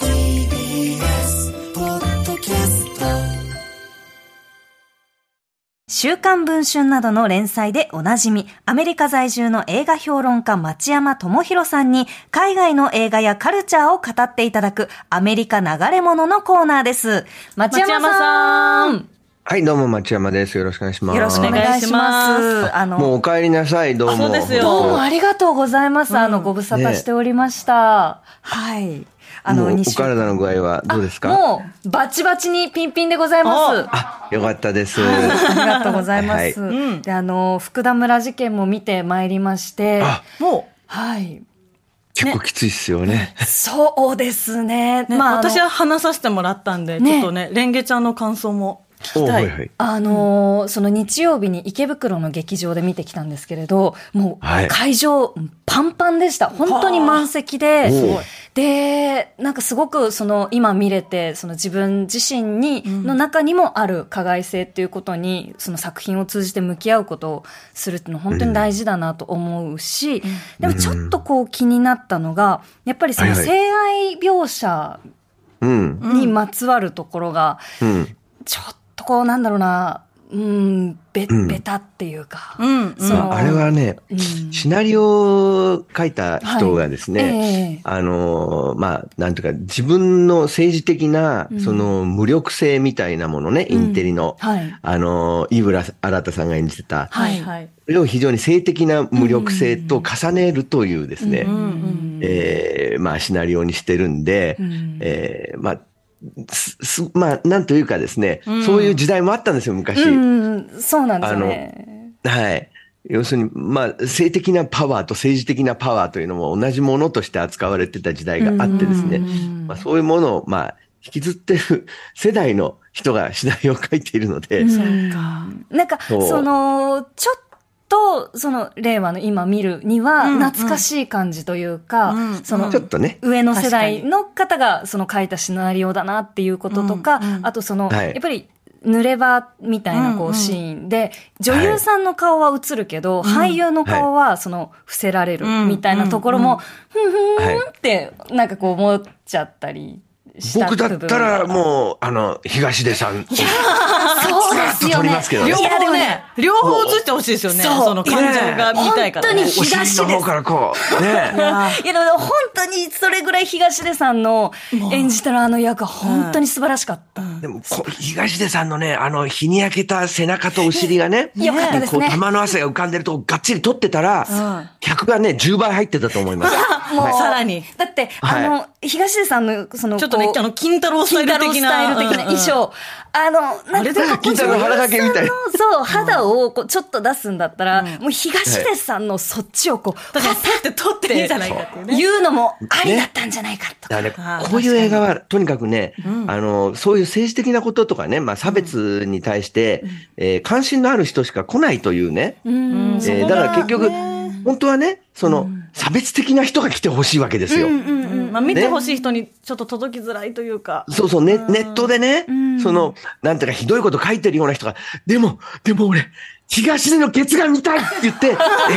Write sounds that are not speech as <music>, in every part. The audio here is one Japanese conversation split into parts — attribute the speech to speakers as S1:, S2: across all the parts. S1: TBS ポッドキャスト
S2: 週刊文春などの連載でおなじみ、アメリカ在住の映画評論家町山智博さんに、海外の映画やカルチャーを語っていただく、アメリカ流れ物のコーナーです。町山さん
S3: はい、どうも町山です。よろしくお願いします。
S2: よろしくお願いします。あの、
S3: もうお帰りなさい、どうも。
S4: そうですよ
S2: どうもありがとうございます。あの、ご無沙汰しておりました。はい。あ
S3: も
S2: の、
S3: うお
S2: 二週
S3: 体の具合はどうですか
S2: もう、バチバチにピンピンでございます。
S3: よかったです。
S2: ありがとうございます。
S3: は
S2: で、あの、福田村事件も見てまいりまして、
S4: も
S2: はい。
S3: 結構きついっすよね。
S2: そうですね。
S4: う、ね
S2: まあ、
S4: 私
S2: あの
S4: は話させてもらったんで、
S2: ね
S4: ちょっとね、レンゲちゃんの感想も聞
S3: お
S4: き
S3: う
S4: た。
S3: はいいはい。
S2: あのーその日曜日に池袋の劇場で見てきたんですけれど、もう
S3: はい
S2: 会場パンパンでした。本当に満席で
S3: おう、
S2: で、なんかすごくその今見れて、その自分自身に、の中にもある加害性っていうことに、その作品を通じて向き合うことをするっていうのは本当に大事だなと思うし、でもちょっとこう気になったのが、やっぱりその
S3: はいはい
S2: 性愛描写
S3: うん。
S2: にまつわるところが、
S3: うん。
S2: ちょっとこう、なんだろうな、うん、べ、
S3: うん
S2: べたっていうか。
S4: うん、うん。
S2: そ
S3: ま
S2: の
S3: あ、あれはね、
S2: うん
S3: シナリオを書いた人がですね、
S2: ええ
S3: あのー、まあ、なんていうか、自分の政治的な、その、無力性みたいなものね、インテリの。
S2: はい。
S3: あのー、井浦新さんが演じてた、
S2: はい
S4: はい。
S3: それを非常に性的な無力性と重ねるというですね、
S4: うん、うん。
S3: えーまあ、シナリオにしてるんで、
S2: ん
S3: えーまあ、す、すまあ、なんというかですね、そういう時代もあったんですよ、昔。
S2: うん、そうなんですよね。
S3: はい。要するに、まあ、性的なパワーと政治的なパワーというのも同じものとして扱われてた時代があってですね、まあ、そういうものを、まあ、引きずってる <laughs> 世代の人がシナリオを書いているので、
S2: そうか。なんか、
S3: そう
S2: その、ちょっと、その、令和の今見るには、
S4: うん
S2: 懐かしい感じというか、
S4: うん
S2: その
S3: ちょ、っとね、
S2: 上の世代の方がその書いたシナリオだなっていうこととか、
S4: うんうん
S2: あとその、
S3: はい
S2: やっぱり、濡れ場みたい
S4: う
S2: なこ
S4: んう
S2: うんシーンで、女優さんの顔は映るけど、俳優の顔はその伏せられる
S4: うん
S2: みたいなところも、ふんふん
S3: はい
S2: ってなんかこう思っちゃったりした
S3: 僕だ
S2: 部
S3: っ
S2: 分
S3: たらもう、あの、東出さん、
S2: そうですよ
S3: 撮り
S2: ね
S3: ますけど。ね
S4: 両
S2: いやで
S4: 方
S2: も
S4: ね
S2: ね、
S4: 両方映してほしいですよね。
S2: そう
S4: その感情が見たいから、ね。
S2: 本当に
S3: お尻の方からこう、ね。
S2: いやでも本当にそれぐらい東出さんの演じたらあの役は本当に素晴らしかった。
S3: でもこ、東出さんのね、あの、日に焼けた背中とお尻がね、
S2: よかったですね
S3: こう、玉の汗が浮かんでるとこがっちり取ってたら、客がね、10倍入ってたと思います。
S2: もう
S4: さらに。
S2: だって、
S3: はい
S2: あの、東出さんの、その、
S4: ちょっとね
S2: こ、う
S4: あの、金太郎スタイ
S2: 金
S4: ル
S2: 太郎
S4: 的
S2: ス
S4: な。
S2: タイル的な衣
S4: うんうん。
S2: 装。あの、なん
S4: あれでかっこいい
S3: 金太郎の腹掛けみたいな。
S2: そのそう、肌をこうちょっと出すんだったら、もう東出さんのそっちをこう、
S4: だから、
S2: パ
S4: さって撮っていいんじゃないかっていう
S2: ッ
S4: ね。
S2: 言うのもありだったんじゃないかと。
S3: だから
S4: あ
S3: ね
S4: ー
S3: こういう映画は、とにかくね、あの、そういう政治的なこととかね、まあ、差別に対して、えー関心のある人しか来ないというね。
S2: うん
S3: えーだから結局、本当はね、その、差別的な人が来てほしいわけですよ。
S4: うんまあ、見てほしい人にちょっと届きづらいというか。
S3: そうそう、ね、ネットでね、その、なんていうかひどいこと書いてるような人が、でも、でも俺、東出のケツが見たいって言 <laughs> って、映画館に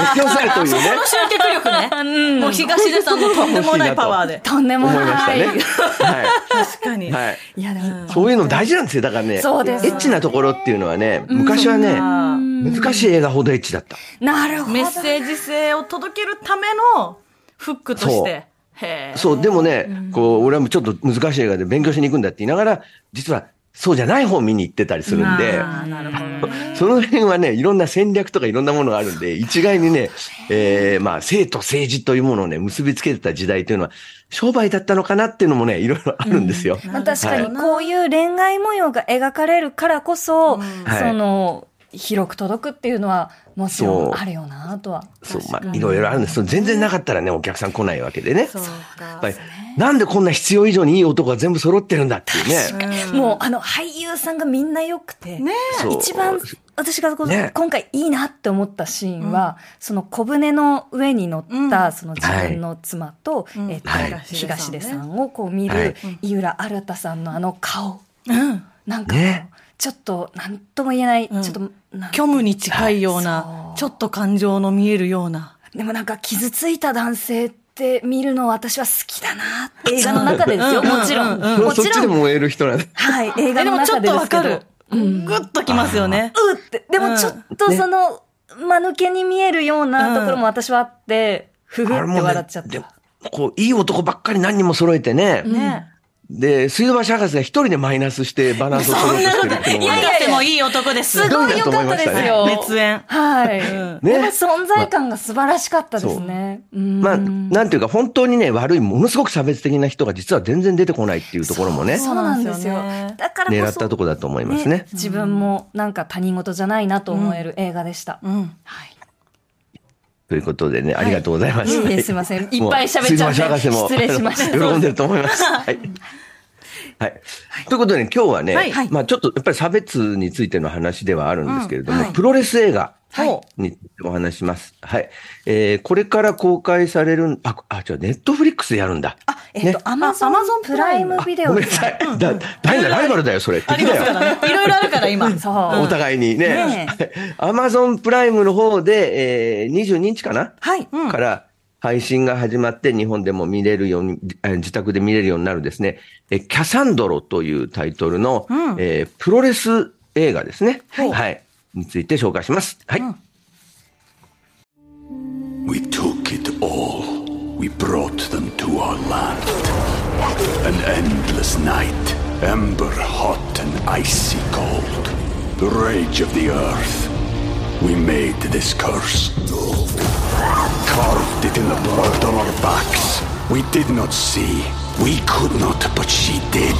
S3: 押し寄せるというね、
S4: 集客力ね。もう東出さんのとんでもないパワー
S2: <laughs>
S4: で。
S2: とんでも
S3: 思いました
S2: ない。
S3: ね。は
S4: 確かに。
S3: い。はい。
S2: いや、でも、
S3: そういうの大事なんですよ。だからね、エ
S2: そうですね
S3: ッチなところっていうのはね、昔はね、難しい映画ほどエッチだった。
S2: なるほど
S4: メ。ッセージ性を届けるためのフックとして。へえ。
S3: そう、でもね、こう、俺はもうちょっと難しい映画で勉強しに行くんだって言いながら、実は、そうじゃない方見に行ってたりするんで、
S4: あーなるほど。
S3: その辺はね、いろんな戦略とかいろんなものがあるんで、一概にね、えー、まあ、生と政治というものをね、結びつけてた時代というのは、商売だったのかなっていうのもね、いろいろあるんですよ。
S2: まあ、確かにこういう恋愛模様が描かれるからこそ、
S3: はい
S2: その、広く届くっていうのはもちろんあるよなとは
S3: そう、まあ、いろいろあるんです。その全然なかったらね、お客さん来ないわけでね。
S4: そう
S3: や
S4: か
S3: っぱりなんでこんな必要以上にいい男が全部揃ってるんだっていうね。
S2: もうあの俳優さんがみんな良くて、
S4: ね
S3: そう
S2: 一番私がこう
S3: ね
S2: 今回いいなって思ったシーンは、その小舟の上に乗った、その自分の妻と、えっと
S3: はい
S2: 東出さんをこう見る、
S3: はい
S2: 井浦新さんのあの顔、
S4: うん
S2: なんか、
S3: ね
S2: ちょっと何とも言えない、
S4: ん
S2: ちょっとなん
S4: 虚無に近いよう
S2: そ
S4: な
S2: う、
S4: ちょっと感情の見えるような。
S2: でもなんか傷ついた男性って見るの私は好きだなって映画の中でですよ、
S4: うん
S2: もちろん。
S4: うんうんうん
S2: も
S3: そっ
S2: ち
S3: ち
S2: ろ
S3: で
S2: ん。
S3: 燃える人なんだ。
S2: はい、映
S4: え
S2: 画
S4: で
S2: の
S4: もちょっ
S2: 中で
S4: と
S2: で
S4: わ
S2: すけ
S4: か
S2: ど。
S4: る。グッときますよね。
S2: うって。でもちょっとその、間抜けに見えるようなところも私はあって、ふふ
S3: あ
S2: っ
S3: れ
S2: て
S3: も
S2: 笑
S3: ね
S2: っちゃっ、
S3: でも
S2: た。
S3: こう、いい男ばっかり何人も揃えてね。
S4: ね。
S3: で、水道橋博士が一人でマイナスしてバランスを取ろうとしてるっていう
S4: い
S3: のも
S4: や
S3: ね
S4: いや、でもいい男です。
S2: す
S3: ど
S2: ご
S3: う
S2: い
S3: だ
S2: 良
S3: と
S2: か
S3: 思い
S2: ったで
S3: ました
S2: す
S3: ね
S2: よ。
S4: 熱演。
S2: はい。
S4: うん
S3: ね
S2: この存在感が素晴らしかったですね。うん
S3: まあ、なんていうか、本当にね、悪い、ものすごく差別的な人が実は全然出てこないっていうところもね、
S2: そうなんですよ
S4: そうなんですよね。
S2: だからこそ。
S3: 狙ったとこだと思いますね。
S2: 自分もなんか他人事じゃないなと思える映画でした。
S4: うん。
S2: はい。
S3: ということでね、ありがとうございました。
S2: いえいえすいませんいっぱい喋っちゃって
S3: もう
S2: 失
S3: 水道橋博士も
S2: 礼しました
S3: あの喜んでると思います。はい。はい。ということでね、今日はね、
S4: はいはい
S3: まあちょっとやっぱり差別についての話ではあるんですけれども、
S4: うんはい
S3: プロレス映画
S4: はい
S3: についてお話します。はい。えー、これから公開される、あ、あ、じゃネットフリックスでやるんだ。あ、
S2: えっと、アマゾン
S4: Amazon
S2: プライムビデ
S3: ご
S2: オ
S3: めんなさい。だ、誰だ、ライバルだよ、それ。
S4: あり
S3: 敵
S4: ます
S3: だ
S4: か
S3: よ。
S4: らね。いろいろあるから、今。
S2: そう。
S3: お互いにね
S2: ね。
S3: <laughs> アマゾンプライムの方で、えー、22日かな
S4: はい。うん
S3: から配信が始まって日本でも見れるように、えー自宅で見れるようになるですね、えキャサンドロというタイトルの、えープロレス映画ですね。はい。について紹介します。はい。
S5: We took it all. We brought them to our land. An endless night, ember hot and icy cold. The rage of the earth. We made this curse. Carved it in the blood on our backs. We did not see. We could not, but she did.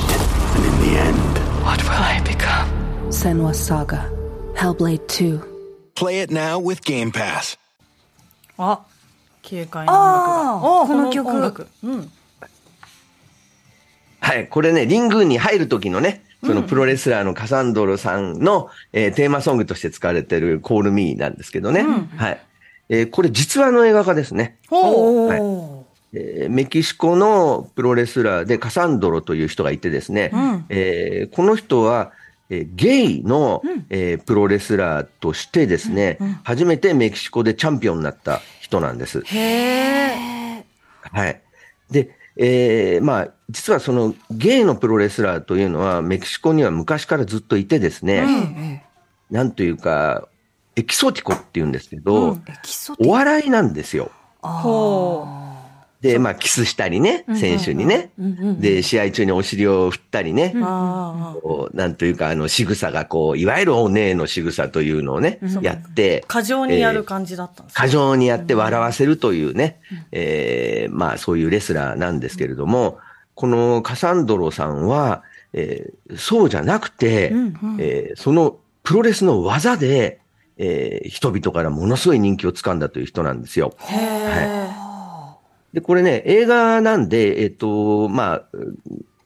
S5: And in the end,
S6: What will I become?
S7: Senwa Saga. Hellblade 2.
S8: Play it now with Game Pass.
S4: あ、軽快な音楽が。
S2: あー
S4: おー
S2: この曲
S4: 音楽うん。
S3: はい。これね、リングに入る時のね、そのプロレスラーのカサンドロさんの、えーテーマソングとして使われてるコールミーなんですけどね。はい。えーこれ実話の映画化ですね。
S4: ほう。
S3: はいえーメキシコのプロレスラーでカサンドロという人がいてですね、えーこの人は、えーゲイの、えープロレスラーとしてですね、初めてメキシコでチャンピオンになった人なんです。はい。で、えーまあ、実はそのゲイのプロレスラーというのはメキシコには昔からずっといてですね、なんというか、エキソティコっていうんですけど、お笑いなんですよ。
S4: ほ
S3: で、まあ、キスしたりね、選手にね。で、試合中にお尻を振ったりね。
S4: う。ああ。
S3: こうなんというか、あの、仕草がこう、いわゆるお姉の仕草というのをね、やって。
S4: 過剰にやる感じだったんですか
S3: 過剰にやって笑わせるというね、えーまあそういうレスラーなんですけれども、このカサンドロさんは、えーそうじゃなくて、えーそのプロレスの技で、えー人々からものすごい人気をつかんだという人なんですよ。はい、で、これね、映画なんで、えっ、と、まあ、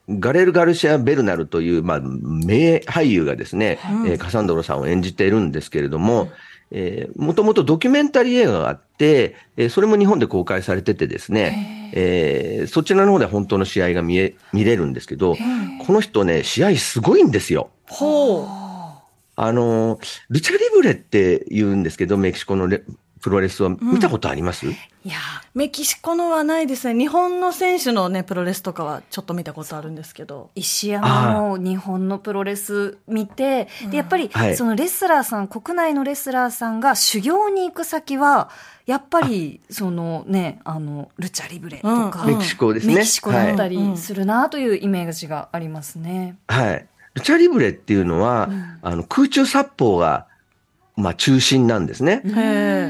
S3: ガレル・ガルシア・ベルナルという、まあ、名俳優がですね、えーカサンドロさんを演じているんですけれども、えー、もともとドキュメンタリー映画があって、えーそれも日本で公開されててですね、えーそちらの方で本当の試合が見え見れるんですけど、この人ね、試合すごいんですよ。
S4: ほ
S3: あのー、ルチャリブレって言うんですけど、メキシコのレプロレスは見たことあります、
S4: う。いやーメキシコのはないですね。日本の選手のね、プロレスとかはちょっと見たことあるんですけど。
S2: 石山の日本のプロレス見て、で、やっぱり
S3: はい、
S2: そのレスラーさん、国内のレスラーさんが修行に行く先は、やっぱり、そのね、あの、ルチャリブレとか、
S4: うん
S3: メキシコですね。
S2: メキシコだった
S3: はい
S2: りするなというイメージがありますね。
S3: はい。ルチャリブレっていうのは、あの空中殺法が、まあ、中心なんですね。
S4: へえ。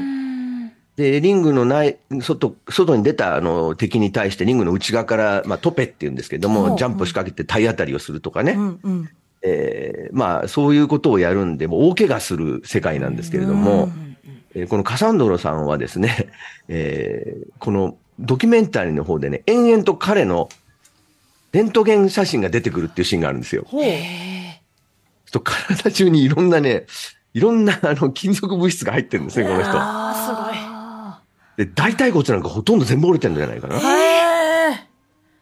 S3: で、リングのない、外、外に出たあの敵に対してリングの内側から、まあ、トペっていうんですけども、ジャンプを仕掛けて体当たりをするとかね。
S4: うんうん。
S3: えーまあ、そういうことをやるんで、もう大怪我する世界なんですけれども、えーこのカサンドロさんはですね、 <laughs> えーこのドキュメンタリーの方でね、延々と彼のレントゲン写真が出てくるっていうシーンがあるんですよ。
S4: ほう。
S3: ちょっと体中にいろんなね、いろんなあの金属物質が入ってるんですね、この人。
S2: あ
S3: で、大腿骨なんかほとんど全部折れてるんじゃないかな。
S4: へえ。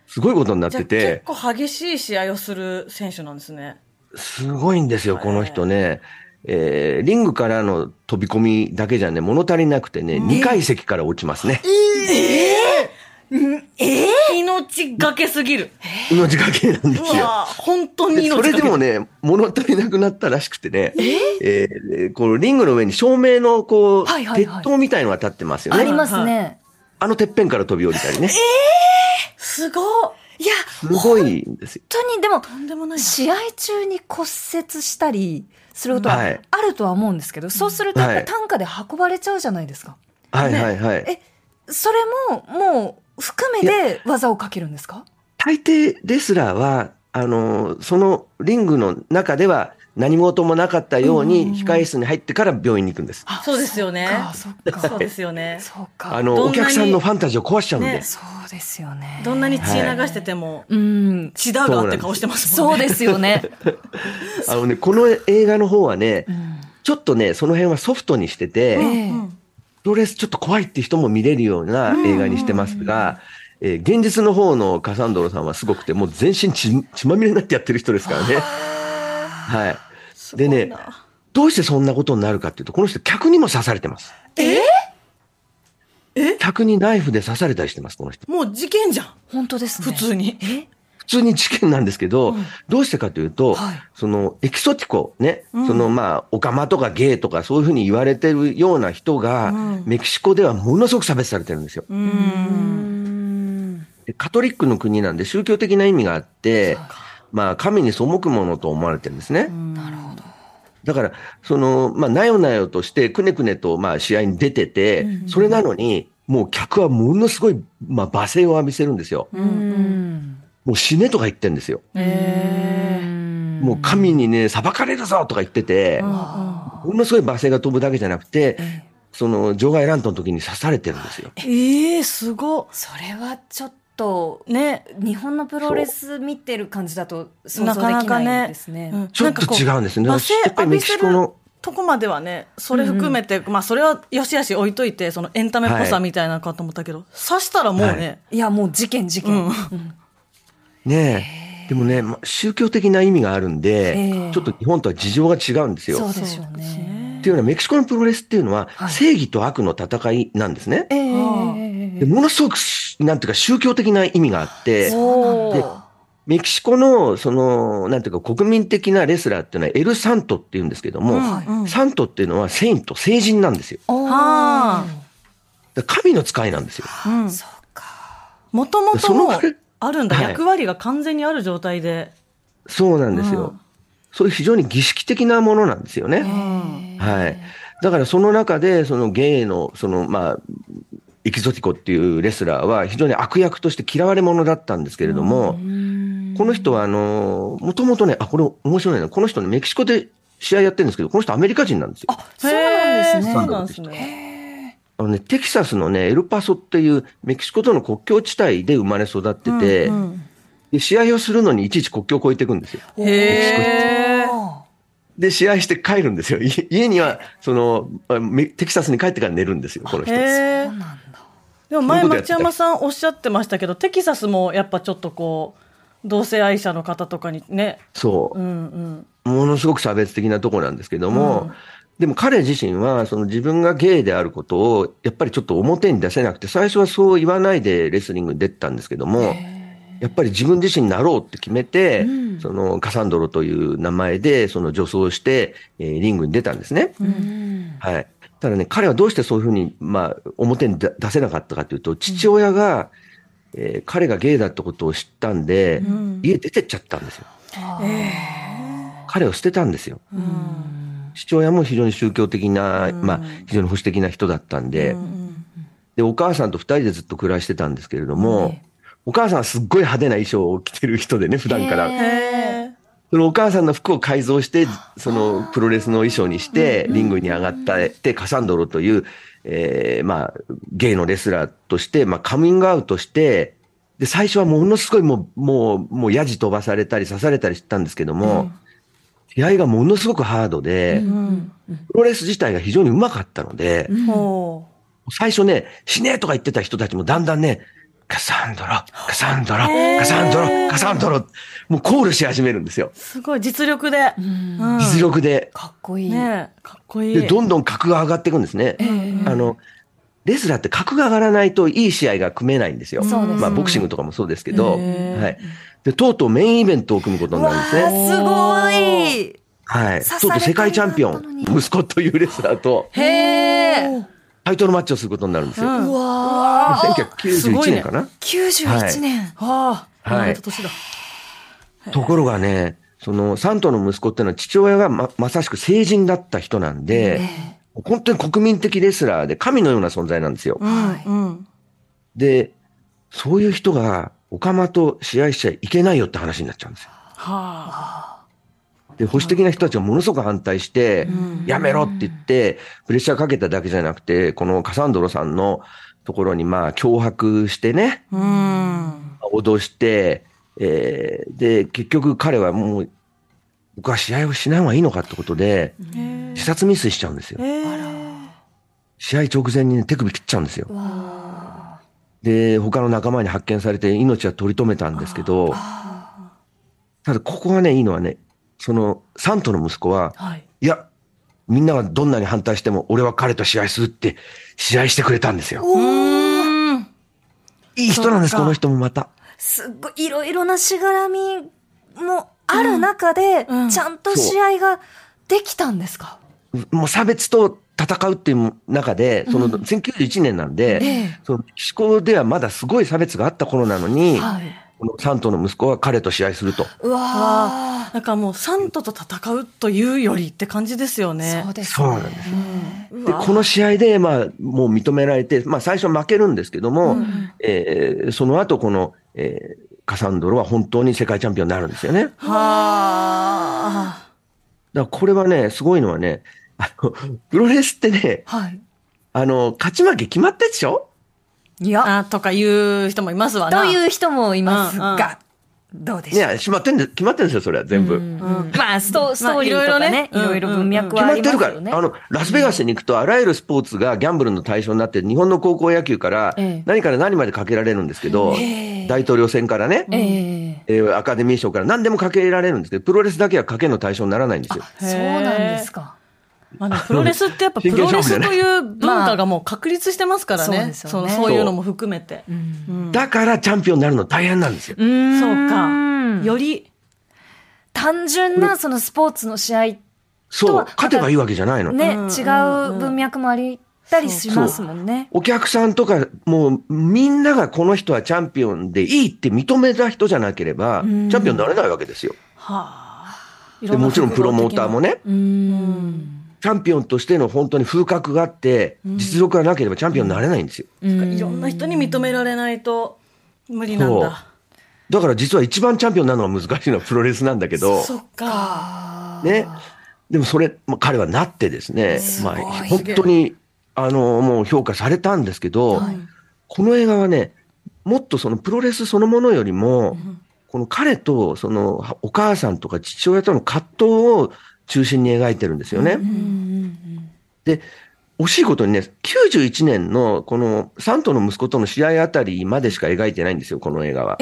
S3: すごいことになっ
S4: じゃあ
S3: て
S4: 結
S3: て、
S4: 構激しい試合をする選手なんですね。
S3: すごいんですよ、この人ね。えーリングからの飛び込みだけじゃね、物足りなくてね、2階席から落ちますね。
S4: ええ命がけすぎる。
S3: 命がけなんで
S4: う
S3: すよ。
S4: わ本当に
S3: で
S4: 命
S3: そ
S4: がけ
S3: れでもね、物足りなくなったらしくてね、えーこのリングの上に照明のこう、
S2: はいはいはい
S3: 鉄塔みたいのが立ってますよ
S2: あ
S3: ね。
S2: りますね。
S3: あのてっぺんから飛び降りたりね。
S4: すごい。いや、
S3: すごいんですよ。
S2: 本当に、でも、
S4: とんでも <laughs> ないな。
S2: 試合中に骨折したりすることは
S3: はい
S2: あるとは思うんですけど、そうするとやっぱ単価で運ばれちゃうじゃないですか。
S3: はいはいはい。
S2: え、それも、もう、含めで技をかけるんですか
S3: 大抵レスラーは、あの、そのリングの中では何事もなかったように、控室に入ってから病院に行くんです。
S4: そうですよね。
S2: そっか、
S4: そうですよね。
S2: そうか。
S3: あの、
S4: どんなに
S3: お客さんのファンタジーを壊しちゃうんで。
S4: ね
S2: そうですよね。
S4: どんなに血流してても、
S2: うん。
S4: 血だがって顔してますも
S2: そ
S4: ん
S2: う
S4: ね。
S2: ですよ
S4: <laughs>
S2: ね。
S3: あのね、この映画の方はね、
S2: ん
S3: ちょっとね、その辺はソフトにしてて、
S2: ええ
S3: プロレスちょっと怖いって人も見れるような映画にしてますが、えー現実の方のカサンドロさんはすごくて、もう全身血血まみれになってやってる人ですからね。はい。でね、どうしてそんなことになるかっていうと、この人客にも刺されてます。え客にナイフで刺されたりしてます、この人。
S4: もう事件じゃん。
S2: 本当ですね。
S4: 普通に。
S3: 普通に事件なんですけど、どうしてかというと、
S2: はい
S3: そのエキソティコね、そのまあ、オカマとかゲイとかそういうふうに言われてるような人が、メキシコではものすごく差別されてるんですよ。でカトリックの国なんで宗教的な意味があって、まあ、神に背くものと思われてるんですね。だから、その、まあ、なよなよとして、くねくねと、まあ、試合に出てて、それなのに、もう客はものすごい、まあ、罵声を浴びせるんですよ。もう死ねとか言ってんですよ。もう神にね、裁かれるぞとか言ってて、ものすごい罵声が飛ぶだけじゃなくて、その、場外乱闘の時に刺されてるんですよ。
S4: ええすご
S2: それはちょっと、
S4: い。ね。
S2: 日本のプロレス見てる感じだと想
S4: な
S2: 像
S4: か
S2: で
S4: な
S2: き
S4: か
S2: ない
S4: ね。
S2: ですね。
S4: うん
S3: ちょっと違うんですね
S4: なんかこう
S3: や
S4: 罵声
S3: っぱ
S4: 浴
S3: りメ
S4: び
S3: キ
S4: せ
S3: シコ
S4: る
S3: の
S4: とこまではね、それ含めて、まあそれはよしあし置いといて、そのエンタメっぽ
S3: は
S4: さ
S3: い
S4: みたいなのかと思ったけど、刺したらもうね、
S2: いや、もう事件、事件。
S4: うん
S3: ねえ。でもね、まあ、宗教的な意味があるん
S2: え
S3: で
S2: え、
S3: ちょっと日本とは事情が違うんですよ。
S2: そうでしょうね。
S3: っていうのは、メキシコのプロレスっていうのは、正義と悪の戦いなんですね。
S2: ええ
S3: でものすごく、なんていうか、宗教的な意味があって、
S2: お
S3: で
S2: ー
S3: メキシコの、その、なんていうか、国民的なレスラーっていうのは、エルサントっていうんですけども、サントっていうのは、セイント、聖人なんですよ。
S2: おー
S4: は
S3: だから神の使いなんですよ。
S4: もともと
S3: その
S4: もうあるんだ、
S3: はい
S4: 役割が完全にある状態で。
S3: そうなんですよ。そういう非常に儀式的なものなんですよね。はい。だからその中で、そのゲイの、その、まあ、エキゾティコっていうレスラーは非常に悪役として嫌われ者だったんですけれども、この人はあの、もともとね、あ、これ面白いな。この人ね、メキシコで試合やってるんですけど、この人アメリカ人なんですよ。
S2: そうなんです
S4: へ
S2: ね
S4: ーそうなんですね。
S3: あのね、テキサスのね、エルパソっていうメキシコとの国境地帯で生まれ育ってて、で試合をするのにいちいち国境を越えていくんですよ。
S4: へー
S3: で、試合して帰るんですよ。い家には、その、あめテキサスに帰ってから寝るんですよ、この人。
S4: へえ。でも前
S3: そういうことやって
S4: 町
S3: た
S4: 山さんおっしゃってましたけど、テキサスもやっぱちょっとこう、同性愛者の方とかにね、
S3: そう
S4: う。んうん。
S3: ものすごく差別的なとこなんですけども、でも彼自身は、その自分がゲイであることを、やっぱりちょっと表に出せなくて、最初はそう言わないでレスリングに出てたんですけども、やっぱり自分自身になろうって決めて、そのカサンドロという名前で、その女装して、えーリングに出たんですね。はい。ただね、彼はどうしてそういうふうに、まあ、表に出出せなかったかというと、父親が、えー彼がゲイだってことを知ったんで、家出てっちゃったんですよ。彼を捨てたんですよ。父親も非常に宗教的な、まあ、非常に保守的な人だったんで、で、お母さんと二人でずっと暮らしてたんですけれども、お母さんはすっごい派手な衣装を着てる人でね、普段から。
S4: へえ。
S3: そのお母さんの服を改造して、そのプロレスの衣装にして、リングに上がって、カサンドロという、えーまあ、ゲイのレスラーとして、まあ、カミングアウトして、で、最初はものすごいもう、もう、もう、やじ飛ばされたり刺されたりしてたんですけども、試合がものすごくハードで、プロレス自体が非常にうまかったので、
S4: ほ
S3: 最初ね、死ねえとか言ってた人たちもだんだんね、カサンドロ、カサンドロ、カサンドロ、カサンドロ、もうコールし始めるんですよ
S4: う。。すごい、実力で。うん
S3: 実力で。
S2: かっこいい。
S4: ねえかっこい
S3: で、
S4: い。
S3: どんどん格が上がっていくんですね。あの、レスラーって格が上がらないといい試合が組めないんですよ。
S2: そうです
S3: まあ、ボクシングとかもそうですけど、はい。で、とうとうメインイベントを組むことになるんですね。
S2: すごい
S3: は
S2: 刺
S3: い。
S2: さ
S3: と
S2: れ
S3: うとう世界チャンピオ
S2: たいな
S3: ン、息子というレスラーと
S2: へえ
S3: タイトルマッチをすることになるんですよ。
S4: うん
S2: わあ
S4: すご
S3: 1991
S4: いね
S3: 年かな、
S2: 91年。
S4: はあ、
S3: は
S4: 同
S3: い
S4: じ年だ。
S3: ところがね、そのサントの息子っていうのは父親がままさしく成人だった人なんで、本当に国民的レスラーで神のような存在なんですよ。
S2: はい
S4: うん。
S3: で、そういう人が、オカマと試合しちゃいけないよって話になっちゃうんですよ。
S4: はあ。
S3: で、保守的な人たちがものすごく反対して、やめろって言って、プレッシャーかけただけじゃなくて、このカサンドロさんのところにまあ脅迫してね、
S4: うん。
S3: 脅して、えーで、結局彼はもう、僕は試合をしない方がいいのかってことで、自殺未遂しちゃうんですよ。試合直前にね、手首切っちゃうんですよ。で、他の仲間に発見されて命は取り留めたんですけど、ただここがね、いいのはね、その、サントの息子は、
S4: はい。
S3: いや、みんながどんなに反対しても、俺は彼と試合するって、試合してくれたんですよ。
S4: うん。
S3: いい人なんです、この人もまた。
S2: すっごい、いろいろなしがらみもある中で、
S4: うん
S2: ちゃんと試合ができたんですか
S3: もう差別と戦うっていう中で、その1991年なんで、そのメキシコではまだすごい差別があった頃なのに、このサントの息子は彼と試合すると。
S2: うわ
S4: ああ。なんかもう、サントと戦うというよりって感じですよね。
S2: ーそうです
S3: そうなん
S2: ね。
S3: です。で、この試合で、まあ、もう認められて、まあ、最初は負けるんですけども、えーその後、この、えーカサンドロは本当に世界チャンピオンになるんですよね。
S4: はあ。
S3: だからこれはね、すごいのはね、あの、プロレスってね、
S2: はい。
S3: あの、勝ち負け決まってでしょ
S2: いや、
S4: あとかいう人もいますわな。
S2: という人もいます
S4: うんうん
S2: が、どうで
S3: い
S2: しょう
S3: や、決まってんで、決まってんですよ、それは全部。
S2: まあ、ストストーリーとかね、い
S4: まあいろ
S2: ろ
S4: い
S2: い
S4: ろ
S2: ろ
S4: ね
S2: 文脈
S3: 決
S2: は
S3: ま
S2: あ
S3: っ
S2: り
S3: て
S2: ま
S3: る
S2: す
S3: から、
S2: よね。
S3: あの、ラスベガスに行くと、あらゆるスポーツがギャンブルの対象になって、日本の高校野球から
S2: ええ、
S3: 何から何までかけられるんですけど、大統領選からね、
S2: ええ
S3: えーアカデミー賞から何でもかけられるんですけど、プロレスだけはかけの対象にならないんですよ。
S4: へー
S2: そうなんですか。
S4: まあでもプロレスってや
S3: <laughs>
S4: っぱプロレスという文化がもう確立してますからね。
S2: まあそうですよね
S4: そのそういうのも含めて。
S3: だからチャンピオンになるの大変なんですよ。
S4: そうか。より、
S2: 単純なそのスポーツの試合
S3: そ
S2: と
S3: う
S2: は、
S3: 勝てばいいわけじゃないの。
S2: ね、違う文脈もありたりしますもんね。
S3: お客さんとか、もうみんながこの人はチャンピオンでいいって認めた人じゃなければ、チャンピオンになれないわけですよ。
S4: い
S3: で
S4: な
S3: もちろんプロモーターもね、
S2: うん。
S3: チャンピオンとしての本当に風格があって、実力がなければチャンピオンになれないんですよ。
S4: 複合的な。いろんな人に認められないと無理なん
S3: そう
S4: だ。
S3: だから実は一番チャンピオンになるのは難しいのはプロレスなんだけど、
S4: そっか。
S3: ね。でもそれ、まあ、彼はなってですね、まあ、本当に、あの、もう評価されたんですけど、この映画はね、もっとそのプロレスそのものよりも、この彼とそのはお母さんとか父親との葛藤を中心に描いてるんですよね。で、惜しいことにね、91年のこのサントの息子との試合あたりまでしか描いてないんですよ、この映画は。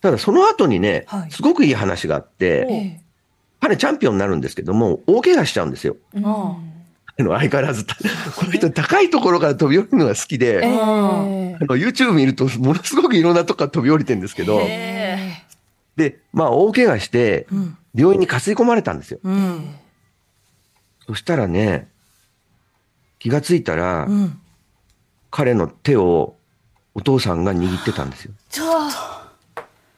S3: ただその後にね、
S2: はい
S3: すごくいい話があって、彼チャンピオンになるんですけども、大怪我しちゃうんですよ。あの、相変わらず、 <laughs> たこの人高いところから飛び降りるのが好きで、あの、YouTube 見ると、ものすごくいろんなとこから飛び降りてるんですけど、で、まあ、大怪我して、病院に担い込まれたんですよ。
S4: うん。
S3: そしたらね、気がついたら、
S4: ん
S3: 彼の手をお父さんが握ってたんですよ。
S4: ちょっ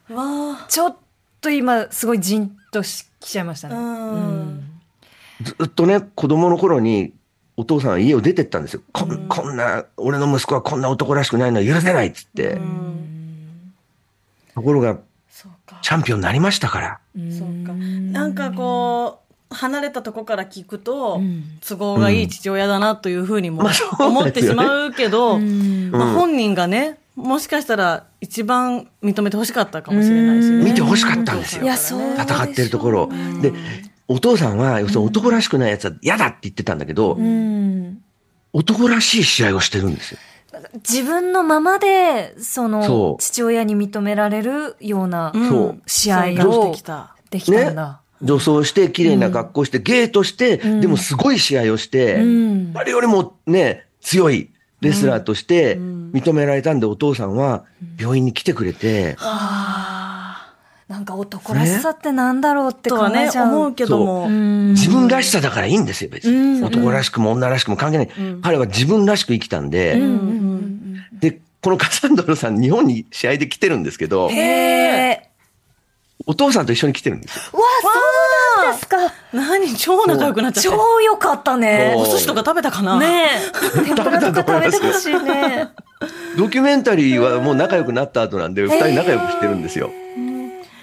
S4: と。わ
S2: ちょっと今、すごいじんとしきちゃいました
S4: あ。う
S2: ね。
S4: ん。
S3: ずっとね、子供の頃に、お父さんは家を出てったんですよ。こんこんな、俺の息子はこんな男らしくないのは許せないっつって。ところが、
S4: そうか
S3: チャンピオンになりましたから。
S4: そうかなんかこう離れたとこから聞くと、都合がいい父親だなというふうにも
S3: まあそうですよね
S4: 思ってしまうけど、まあ、本人がねもしかしたら一番認めてほしかったかもしれないしね、
S3: 見て欲しかったんですよ。
S2: いやそうでしょう
S3: 戦ってるところを。で、お父さんは、要するに男らしくないやつは嫌だって言ってたんだけど、男らしい試合をしてるんですよ。
S2: 自分のままで、そ
S3: そ
S2: の、
S3: う
S2: 父親に認められるような
S3: そう
S2: 試合
S4: そう
S2: を
S4: してきた
S2: できたんだ。
S3: 女装して、綺麗な格好して、ゲーとして、でもすごい試合をして、
S2: うん
S3: 誰よりもね、強いレスラーとして認められたんで、お父さんは病院に来てくれて、
S2: なんか男らしさってなんだろうって
S4: と
S2: 考
S4: は
S2: え
S4: ね
S2: ちゃ
S4: 思
S2: う。
S4: うけども、
S3: 自分らしさだからいいんですよ、別に。男らしくも女らしくも関係ない。彼は自分らしく生きたんで、で、このカサンドロさん、日本に試合で来てるんですけど、
S2: へえ。
S3: お父さんと一緒に来てるんですよ。
S2: うわ、そうなんですか。
S4: 何超仲良くなっちゃって
S2: 超良かったね。
S3: そ
S4: お寿司とか食べたかな、
S2: ねえ。天ぷらとか食べてほしいね。
S3: ドキュメンタリーはもう仲良くなった後なんで、二人仲良くしてるんですよ。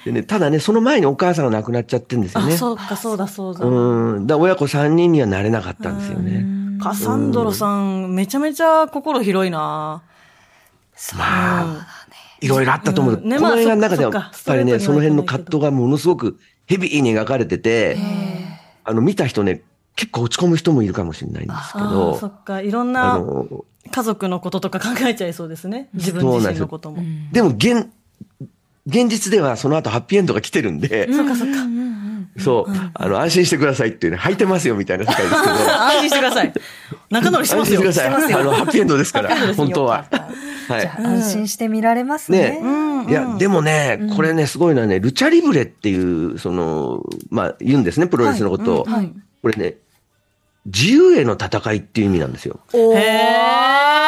S3: でね、ただね、その前にお母さんが亡くなっちゃってるんですよ
S4: あ
S3: ね。
S4: そうかそうだそうだ、
S3: うん。だから親子三人にはなれなかったんですよね。
S4: カサンドロさんめちゃめちゃ心広いな
S3: まあ、いろいろあったと思う。
S4: うんね
S3: こ
S4: ま
S3: の
S4: あ
S3: 映画の中では、
S4: そっ
S3: や
S4: か
S3: っぱりね、
S4: ス
S3: そ
S4: ト
S3: の
S4: レートには
S3: 辺の葛藤がものすごくヘビーに描かれてて、あの、見た人ね、結構落ち込む人もいるかもしれないんですけ
S4: あーそ
S3: ど、
S4: っかいろんな
S3: あの、
S4: 家族のこととか考えちゃいそうですね自分自身のことも
S3: でも現、現実ではその後ハッピーエンドが来てるんで、
S4: そうかそうか
S3: そう、あの、安心してくださいっていうね、履いてますよみたいな世界ですけど、
S4: 安心してください仲直りして
S3: 安
S4: ま
S3: 心し
S4: す
S3: て
S4: よ
S3: ください。あの、ハッピーエンドですから、本当は。は
S2: じゃ
S3: い。
S2: あ安心して見られます
S3: ね
S2: ね。
S3: いや、でもね、これね、すごいのはね、ルチャリブレっていう、その、まあ、言うんですね、プロレスのことを。これね、自由への戦いっていう意味なんですよ。
S2: おー
S4: へー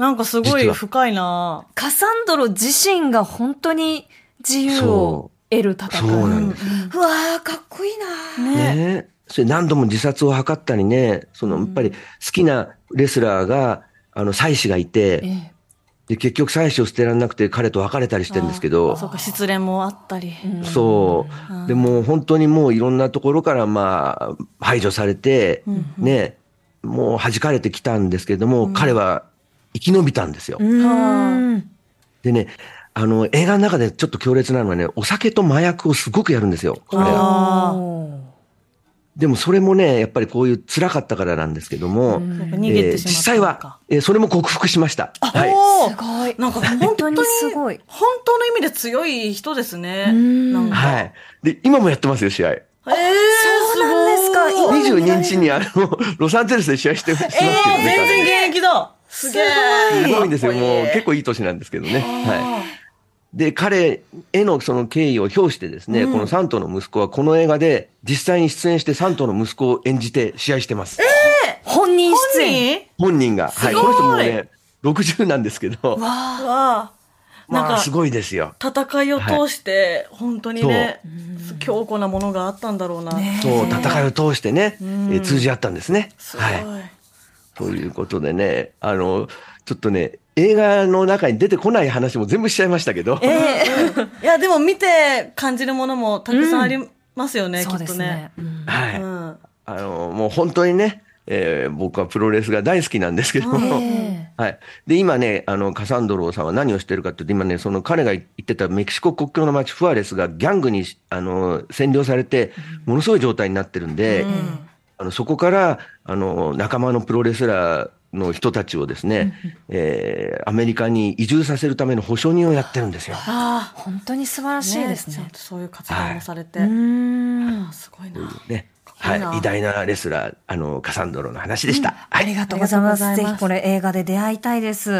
S4: なんかすご
S3: 実
S4: い
S3: は
S4: 深いな
S2: カサンドロ自身が本当に自由を得る戦い。
S3: そうなんです。
S2: うわー、かっこいいな
S3: ね。それ何度も自殺を図ったりね、その、やっぱり好きなレスラーが、あの、妻子がいて、
S2: え
S3: で、結局妻子を捨てられなくて彼と別れたりしてるんですけど、
S4: そうか失恋もあったり
S3: そう。でもう本当にもういろんなところからまあ排除されて、ね、もう弾かれてきたんですけれども、彼は生き延びたんですよ。でね、あの、映画の中でちょっと強烈なのはね、お酒と麻薬をすごくやるんですよ。彼は
S4: あー
S3: でもそれもね、やっぱりこういう辛かったからなんですけども、
S4: やっぱ
S3: え
S4: 逃
S3: ー
S4: げてしま
S3: 実
S4: った
S3: 際は、えーそれも克服しました。はい。
S4: お
S2: す
S4: ー
S2: ごい。
S4: なんか
S2: 本
S4: 本
S2: 当
S4: 当に
S2: にすごい。
S4: 本当の意味で強い人ですねなんか
S3: はい。で、今もやってますよ、試合。
S4: えー
S2: そうなんですか。
S4: ごい
S2: 今も見られ
S3: 22
S2: る
S3: 日にあの、ロサンゼルスで試合してますけどね。
S4: えー全然現役だすげえ
S3: すごいんですよ。もう結構いい年なんですけどね。はい。で、彼へのその敬意を表してですね、この3頭の息子はこの映画で実際に出演して3頭の息子を演じて試合してます。
S2: 本人出
S4: 本
S2: 演。
S4: 人
S3: 本人が。は
S4: す
S3: い。こ
S4: ごい
S3: の人もうね、60なんですけど、
S4: はなん
S3: まあ
S4: か
S3: すごいですよ。
S4: 戦いを通して本当にね、強固なものがあったんだろうな、
S3: そう、戦いを通してね、えー通じ合ったんですね。
S4: すご、
S3: はいい。ということでね、あの、ちょっとね、映画の中に出てこない話も全部しちゃいましたけど、
S4: いやでも見て感じるものもたくさんありますよね、
S2: そ
S4: き
S2: う
S4: っ
S2: で
S4: と
S2: す
S4: ね
S2: ね。うん
S3: はい。
S4: うん
S3: あの、もう本当にね、えー僕はプロレスが大好きなんですけども、はい。で、今ね、あの、カサンドローさんは何をしてるかっていうと、今ね、その彼が言ってたメキシコ国境の町フアレスがギャングに、あの、占領されて、ものすごい状態になってるんで、あのそこから、あの、仲間のプロレスラー、の人たちをですね、えーアメリカに移住させるための保証人をやってるんですよ。
S4: ああ
S2: 本当に素晴らしいです
S4: ちゃん
S2: ね。
S4: とそういう活動もされて、ああすごいな
S3: ね。
S4: こ
S3: はい。
S4: いない
S3: 偉大なレスラー、あの、カサンドローの話でした。
S2: ありがとうございます。
S4: ありがとうござい
S2: ぜ
S4: ます
S2: ひこれ映画で出会いたいです。え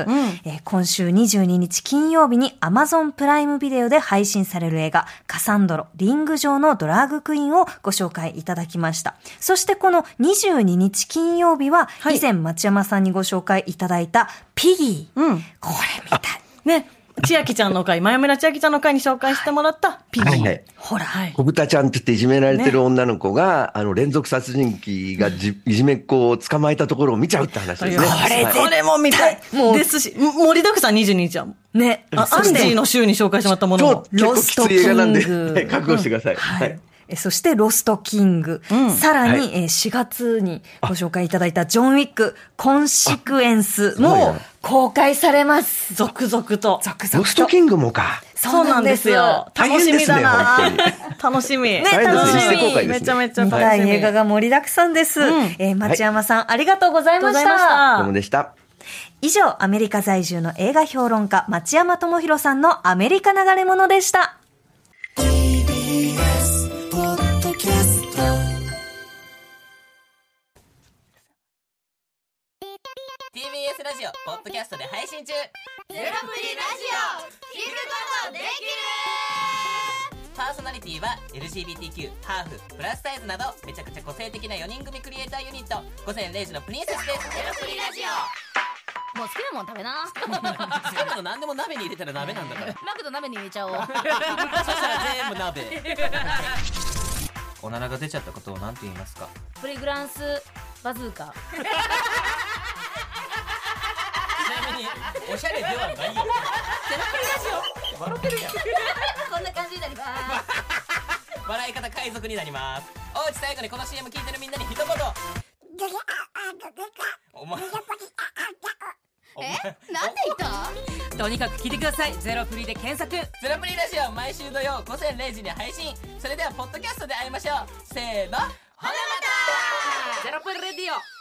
S2: ー今週22日金曜日に Amazon プライムビデオで配信される映画、カサンドロ、リング上のドラァグクイーンをご紹介いただきました。そしてこの22日金曜日は、
S4: はい
S2: 以前町山さんにご紹介いただいたピギー。
S4: うん
S2: これ見たい。
S4: ね千秋ちゃんの回、前村千秋ちゃんの回に紹介してもらったピ
S3: はいは
S4: ー。
S3: い。
S4: ほら。はい
S3: 小豚ちゃんって言っていじめられてる女の子が、あの、連続殺人鬼がじいじめっ子を捕まえたところを見ちゃうって話
S4: と
S3: で
S4: い
S3: す
S4: う
S3: ね。
S4: これ、
S3: はい
S4: これも見たい。
S2: もう
S4: ですし、も盛りだくさん22日は。
S2: ね。
S4: あア
S2: そ
S4: ン
S2: し
S4: ディ
S2: て、
S4: の週に紹介してもらったもの
S3: 超
S4: も。
S3: 結構きつい映画なんで、
S2: ロストキング <laughs>
S3: はい覚悟してください。
S2: は
S3: はいい。。
S2: えそして、ロストキング。さら
S3: は
S2: に、えー4月にご紹介いただいた、ジョン・ウィック、コンシクエンス
S3: あすごい
S2: も
S3: な
S2: 公開されます。
S4: 続々と。
S2: 続々と。
S3: ロストキングもか。
S2: そうなんですよ。
S3: 大
S4: 楽し
S3: 変で
S4: み
S3: す
S4: だ
S3: ね
S4: な。楽しみ。ね
S2: 大変です
S4: 楽
S2: ね
S4: し
S2: 一斉公
S4: み。
S3: 開ですね
S4: めちゃめちゃ
S2: 見
S4: 楽
S2: たい
S4: しみ。
S2: 映画が盛りだくさんです。えー町山さん、ありがとうござい
S4: ありがとうござ
S2: まし。
S4: いました
S3: どう
S4: た
S3: も。でした。
S2: 以上、アメリカ在住の映画評論家、町山智博さんのアメリカ流れ物でした。
S1: TBS ポッドキャスト
S6: TBS ラジオポッドキャストで配信中ゼロプリラジオ聞くことできるパーソナリティは LGBTQ ハーフプラスサイズなどめちゃくちゃ個性的な4人組クリエイターユニット午前0時のプリンセスですゼロプリラジ
S9: もう好きなもん食べな。
S6: オ好きなの何でも鍋に入れたら鍋なんだ <laughs> から
S9: <laughs> マクド鍋に入れちゃおう。
S6: そしたら全部 <laughs> 鍋おならが出ちゃったことを何て言いますか
S9: <laughs> プリグランスバズーカ。
S6: ちなみにおしゃれではないよ
S9: <laughs> こんな感じになります。
S6: 笑い方海賊になりますおうち最後にこの CM 聞いてるみんなに一言お前お前
S9: なんで言ったとにかく聞いてください。ゼロプリで検索。
S6: ゼロプリラジオ毎週土曜午前0時に配信それではポッドキャストで会いましょうせーのほなまた
S9: ゼロプリレディオ。